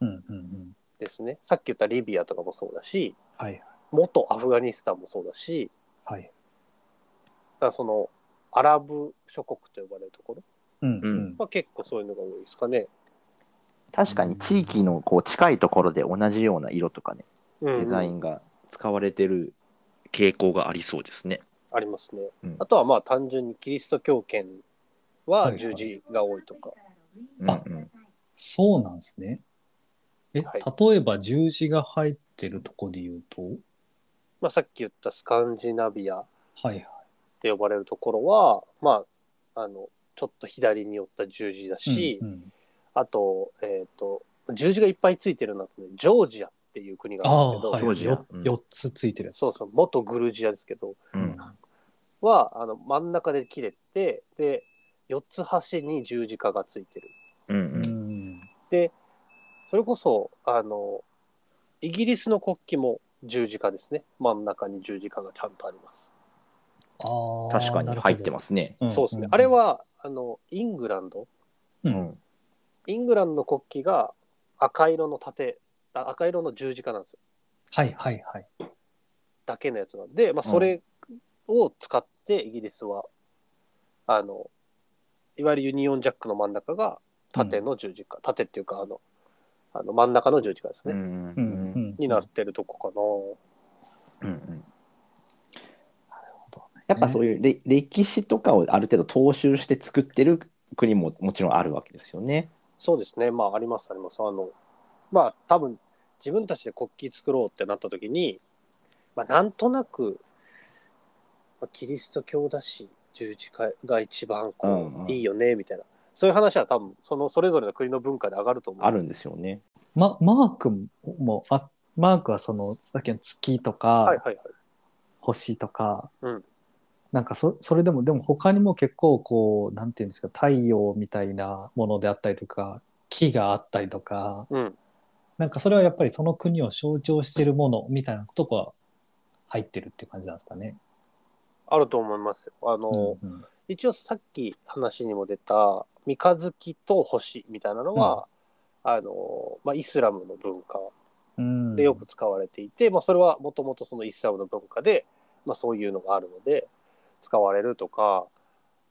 S2: うんうんうん。
S3: ですねさっき言ったリビアとかもそうだし
S2: はい
S3: 元アフガニスタンもそうだし
S2: はい。
S3: だからそのアラブ諸国と呼ばれるところ
S2: うん
S1: うん
S3: は結構そういうのが多いですかね。
S1: 確かに地域のこう近いところで同じような色とかね、デザイ
S3: ン
S1: ンが使われてる傾向がありそうですね。
S3: ありますね。
S1: うん
S3: あとはまあ単純にキリスト教圏
S2: はい
S3: は
S2: はい
S3: 十字が多いとか、
S2: あ
S1: うんうん
S2: そうなんですね。え、
S3: はい
S2: 例えば十字が入ってるとこで言うと、
S3: まあ、さっき言ったスカンジナビアっ
S2: はいはい。
S3: て呼ばれるところは、まあ、あのちょっと左に寄った十字だし、
S2: うんうん
S3: あと,、えー、と十字がいっぱいついてるのだとねジョージアっっていう国が
S2: あ
S3: あ
S2: あ
S3: るんですけど、
S2: はい
S1: ジョージア
S2: よ
S1: うん
S2: 4つついてるやつ
S3: そうそう、元グルジアですけど、
S1: うん
S3: はあの真ん中で切れて、で、4つ端に十字架がついてる。
S1: うん
S2: う
S1: うん
S2: ん
S3: で、それこそ、あの、イギリスの国旗も十字架ですね。真ん中に十字架がちゃんとあります。
S2: あー
S1: 確かに入ってますね。
S2: なるほど
S3: そうですね。あれは、あの、イングランド、
S2: うん
S1: うん
S3: イングランドの国旗が赤色の盾、あ赤色の十字架なんですよ。
S2: はいはいはい
S3: だけのやつなんで、まあ、それを使ってイギリスは、あの、いわゆるユニオンジャックの真ん中が縦の十字架、縦っていうか、あの、あの真ん中の十字架です
S1: う
S3: ね。
S1: ん
S2: う
S1: うんん
S2: うん
S3: になってるとこ
S1: うん
S2: どね
S1: やっぱそういうれ歴史とかをある程度踏襲して作ってる国ももちろんあるわけですよね。
S3: かな。そうですね。まあ、あります、あります。あの、まあ、多分、自分たちで国旗作ろうってなった時に、まあ、なんとなく、まあ、キリスト教だし、十字架が一番こ
S1: うんうん
S3: う、いいよね、みたいな。そういう話は多分、その、それぞれの国の文化で上がると思う。
S1: あるんですよね。
S2: ま、マークもあマークはそのさっきの月とか、
S3: はいはいはい。
S2: 星とか、
S3: うん
S2: なんかそそれでもでも他にも結構こうなんていうんですか太陽みたいなものであったりとか木があったりとか
S3: うん。
S2: なんかそれはやっぱりその国を象徴してるものみたいなことが入ってるっていう感じなんですかね。
S3: あると思いますよ。あの、
S2: うんうん
S3: 一応さっき話にも出た、三日月と星みたいなのは、あの、まあ、イスラムの文化
S2: うん
S3: でよく使われていて、まあ、それはもともとそのイスラムの文化で、まあ、そういうのがあるので、使われるとか、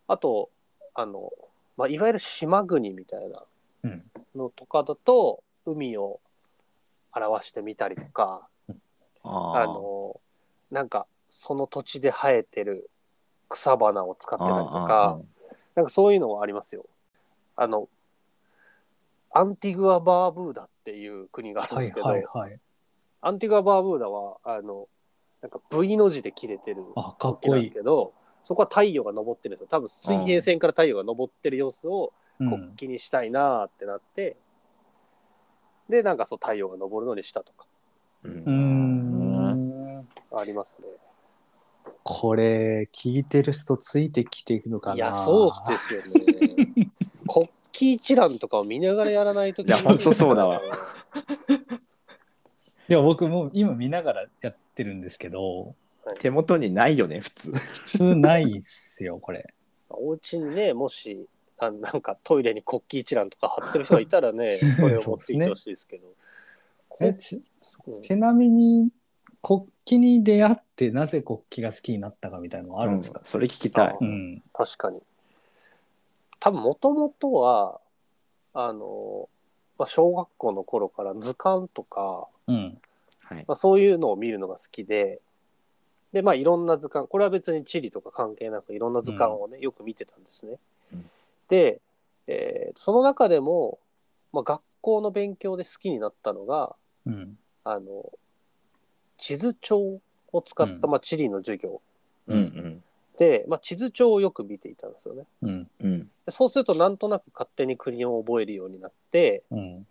S3: あと、あの、まあ、いわゆる島国みたいな
S2: うん
S3: のとかだと、海を表してみたりとか、あ
S1: あ
S3: のなんかその土地で生えてる草花を使ってたりとかなんかそういうのはありますよあのアンティグア・バーブーダっていう国があるん
S2: は
S3: で
S2: い
S3: すけど、
S2: はいはい。
S3: アンティグア・バーブーダはあのなんか V の字で切れてる
S2: あかっ
S3: 国
S2: こ
S3: なん
S2: い
S3: です
S2: い。
S3: けどそこは太陽が昇ってるんですよ多分水平線から太陽が昇ってる様子を
S2: う
S3: 国
S2: ん
S3: 旗にしたいなーってなって、でなんかそう太陽が昇るのにしたとか
S1: うん
S2: うー
S1: うん
S2: ん
S3: ありますね。
S2: これ聞いてる人ついてきていくのかな。
S3: いや、そうですよね。国旗一覧とかを見ながらやらないと
S1: いやほんとそうだわ。
S2: でも僕もう今見ながらやってるんですけど
S1: 手元にないよね普通。
S2: 普通ないっすよこれ。
S3: <laughs> お家にね、もし、あなんかトイレに国旗一覧とか貼ってる人がいたらね、それを持っていってほしいですけど。
S2: え
S3: こ
S2: ち
S3: うん
S2: ちなみに国旗に出会ってなぜ国旗が好きになったかみたいなのはあるんですか、
S1: うんそれ聞きたい。
S2: う
S3: うんん確かに。多分、もともとは、あの、まあ、小学校の頃から図鑑とか、
S2: うん
S1: はい。
S3: まあ、そういうのを見るのが好きで、で、まあいろんな図鑑、これは別に地理とか関係なくいろんな図鑑をね、よく見てたんですね。
S1: うん
S3: で、えーその中でも、まあ、学校の勉強で好きになったのが、
S2: うん
S3: あの、地図帳を使った、
S2: うん
S3: まあ、地理の授業
S1: うん
S3: で、まあ、地図帳をよく見ていたんですよね。
S2: うん
S1: うんうん
S3: でそうするとなんとなく勝手に国を覚えるようになって、
S2: うん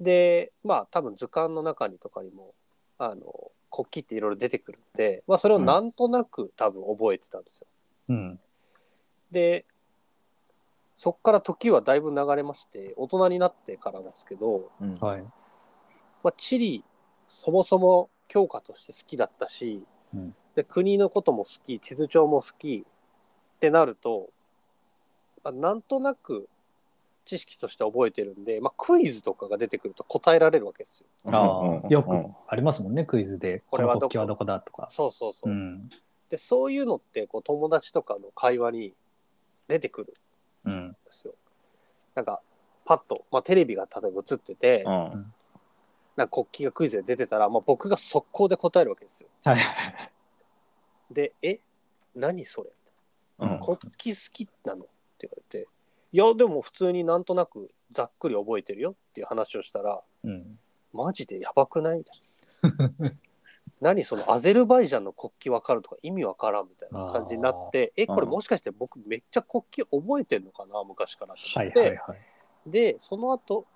S3: でまあ多分図鑑の中にとかにもあの国旗っていろいろ出てくるんで、まあ、それをなんとなく多分覚えてたんですよ。
S2: うん
S3: でそっから時はだいぶ流れまして大人になってからなんですけど、
S1: うん。
S2: はい、
S3: まあ、地理そもそも教科として好きだったし、
S2: うん
S3: で国のことも好き地図帳も好きってなると、まあ、なんとなく知識として覚えてるんで、まあ、クイズとかが出てくると答えられるわけですよ。
S2: あ
S1: うんうんうん
S2: あよくありますもんねクイズでこ
S3: これ
S2: の
S3: は
S2: 国
S3: どこ
S2: 旗はどこだとか。
S3: そうそうそうう。
S2: ん
S3: でそういうのってこう友達とかの会話に出てくるんで
S2: うん
S3: すよ。なんかパッと、まあ、テレビが例えば映ってて、
S1: うん
S3: なんか国旗がクイズで出てたら、まあ、僕が速攻で答えるわけですよ。
S2: はい
S3: で「え何それ
S1: うん
S3: 国旗好きなの?」って言われて「いやでも普通になんとなくざっくり覚えてるよ」っていう話をしたら
S2: うん
S3: 「マジでやばくない?」
S2: <laughs>
S3: みたいな。何そのアゼルバイジャンの国旗わかるとか意味わからんみたいな感じになってえこれもしかして僕めっちゃ国旗覚えてんのかな昔からって
S2: はい
S3: 思って
S2: はいはい。
S3: でその後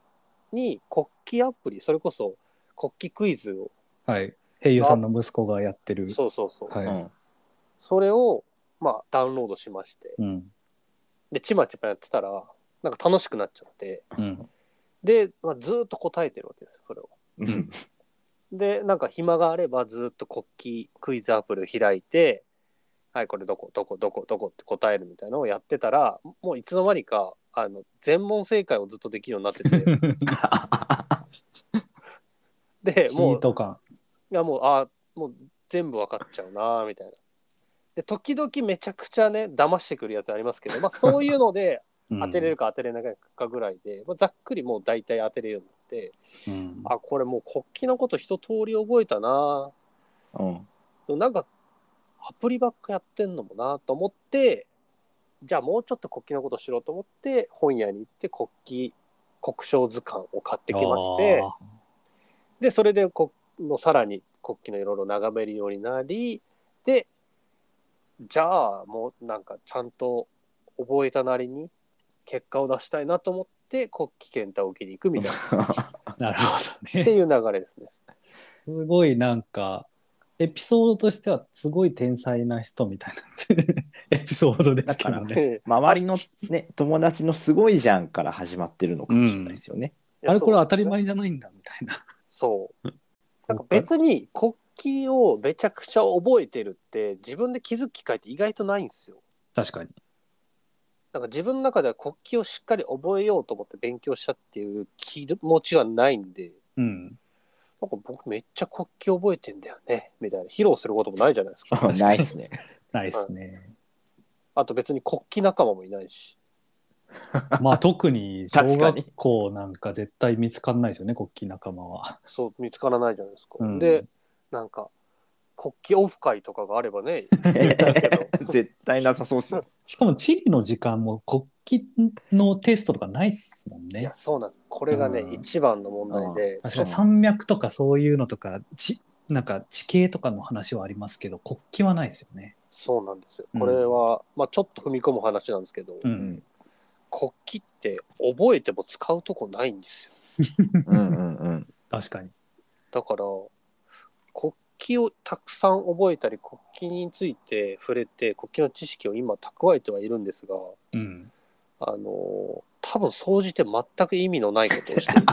S3: に国旗アプリそれこそ国旗クイズを、
S2: はい。平優さんの息子がやってる。
S3: そうそうそう、
S2: はい。
S1: うん
S3: それを、まあ、ダウンロードしまして、
S2: うん。
S3: で、ちまちまやってたら、なんか楽しくなっちゃって、
S2: うん。
S3: で、まあ、ずーっと答えてるわけですよ、それを。
S1: うん
S3: で、なんか暇があれば、ずーっと国旗クイズアプリを開いて、はい、これどこ、どこ、どこ、どこって答えるみたいなのをやってたら、もういつの間にか、あの、全問正解をずっとできるように
S2: <laughs>
S3: なってて、で、
S2: チ
S3: もう
S2: ー、ト感。
S3: いやもうあもう全部分かっちゃうなみたいな。で時々めちゃくちゃね騙してくるやつありますけど、まあ、そういうので
S2: うん
S3: 当てれるか当てれないかぐらいで、まあ、ざっくりもう大体当てれるようになって
S2: うん
S3: あこれもう国旗のこと一通り覚えたな
S1: うん
S3: でもなんかアプリばっかやってんのもなと思ってじゃあもうちょっと国旗のことしろと思って本屋に行って国旗国章図鑑を買ってきまして。
S2: あー
S3: でそれでこのさらに国旗のいろいろ眺めるようになりでじゃあもうなんかちゃんと覚えたなりに結果を出したいなと思って国旗検定を受けに行くみたいな
S2: なるほど
S3: って
S2: ね。
S3: いう流れですね。
S2: すごいなんか、エピソードとしてはすごい天才な人みたいなエピソードです <laughs> けどね。
S1: 周りのね友達のすごいじゃんから始まってるのかもしれないですよね。
S2: <laughs> あれこれ当たり
S3: いや
S2: 前じゃないんだみたいな。
S3: そう,、そうなんか別に国旗をめちゃくちゃ覚えてるって自分で気づく機会って意外とないんですよ。
S2: 確かに。
S3: なんか自分の中では国旗をしっかり覚えようと思って勉強したっていう気持ちはないんで、
S2: うん。
S3: なんか僕めっちゃ国旗覚えてんだよね、みたいな。披露することもないじゃないです
S2: <laughs>
S1: <laughs>
S3: か。
S1: ないですね。
S2: ないですね。
S3: あと別に国旗仲間もいないし。
S2: まあ特に小
S1: 確かに
S2: 学校なんか絶対見つかんないですよね、国旗仲間は。
S3: そう、見つからないじゃないですか。
S2: うん
S3: で、なんか、国旗オフ会とかがあればね、言ったけ
S1: <laughs>
S3: ど
S1: 絶対なさそうですよ。
S2: しかも地理の時間も国旗のテストとかないっすもん
S3: い
S2: ね
S3: や、。そうなんです。これがね、
S1: うん
S3: 一番の問題で、
S2: 確かに山脈とかそういうのとか、ちなんか地形とかの話はありますけど、国旗はないですよね。
S3: そうなんですよ。
S2: うん
S3: これは、まあちょっと踏み込む話なんですけど、
S2: う。
S1: うんん
S3: 国旗って覚えても使うとこないんですよ。
S1: うんうんうん
S2: 確かに。
S3: だから国旗をたくさん覚えたり国旗について触れて国旗の知識を今蓄えてはいるんですが
S2: うん。
S3: あのー多分総じて全く意味のないことをしていて、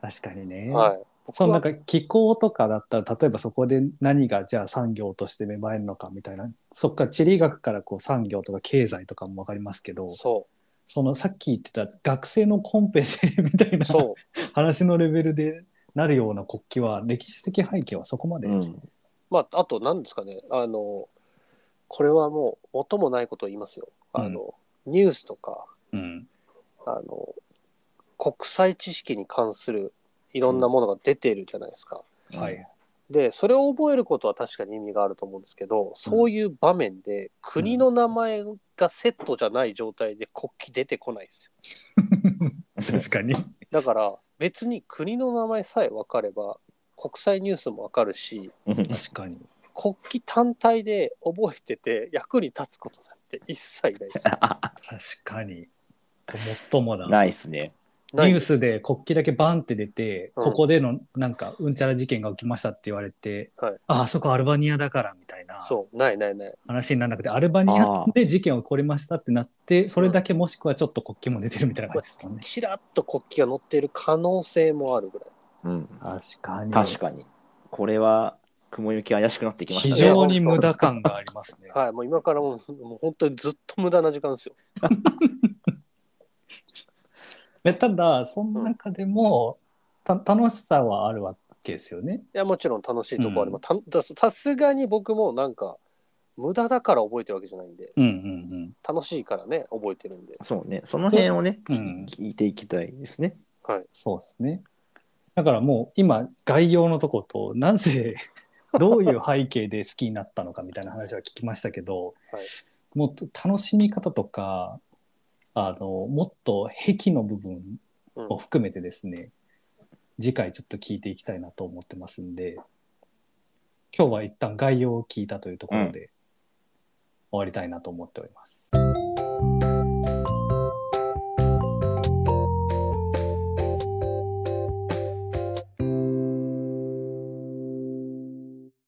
S2: 確かに <laughs> ね。
S3: はい、僕
S2: そうな
S3: は
S2: んか気候とかだったら例えばそこで何がじゃあ産業として芽生えるのかみたいなそっから地理学からこう産業とか経済とかも分かりますけど
S3: そ
S2: そのさっき言ってた学生のコンペでみたいうな
S3: そう
S2: 話のレベルでなるような国旗は歴史的背景はそこまで、
S1: うん
S3: まああと何ですかねあのこれはもう元もないことを言いますよあの、ニュースとか
S2: うん
S3: あの国際知識に関するいろんなものが出ているじゃないですか。
S2: はい、
S3: でそれを覚えることは確かに意味があると思うんですけどそういう場面で国の名前がセットじゃない状態で国旗出てこないです
S2: <laughs>
S3: よ
S2: 確かに
S3: だから別に国の名前さえ分かれば国際ニュースも分かるし
S1: うん
S2: 確かに
S3: 国旗単体で覚えてて役に立つことなんて一切ない
S1: <laughs>
S3: ですよ
S2: 確かにもっともだ
S1: ないですね。
S3: ない
S2: ニュ
S3: で
S2: ー
S3: す
S2: スで国旗だけバンって出て、
S3: うん
S2: ここでのなんかうんちゃら事件が起きましたって言われて、
S3: はい
S2: ああそこアルバニアだからみたいな
S3: そうないないない
S2: 話にならなくてアルバニアで事件が起こりましたってなってそれだけもしくはちょっと国旗も出てるみたいな感じですかね。
S3: ちらっと国旗が載っている可能性もあるぐらい
S1: うん
S2: 確かに
S1: 確かに。これは雲行き怪しくなってきま
S2: 非
S1: したね。
S2: 常に無駄感がありますね。
S3: はいもう今からもうもう本当にずっと無駄な時間ですよ
S2: でただその中でもた楽しさはあるわけですよね。
S3: いや、もちろん楽しいとこあります。たささすがに僕もなんか、無駄だから覚えてるわけじゃないんで、
S2: うんうん
S3: 楽しいからね、覚えてるんで。
S1: そうね。その辺をね、
S2: うん
S1: き
S2: う
S1: 聞
S2: ん
S1: いていきたいですね。
S3: はい。
S2: そうですね。だからもう今概要のとことなぜ
S3: <laughs>
S2: どういう背景で好きになったのかみたいな話は聞きましたけど、
S3: はい
S2: もっと楽しみ方とかあのもっと癖の部分
S3: うん
S2: を含めてですね、次回ちょっと聞いていきたいなと思ってますんで今日は一旦概要を聞いたというところで、終わりたいなと思っております。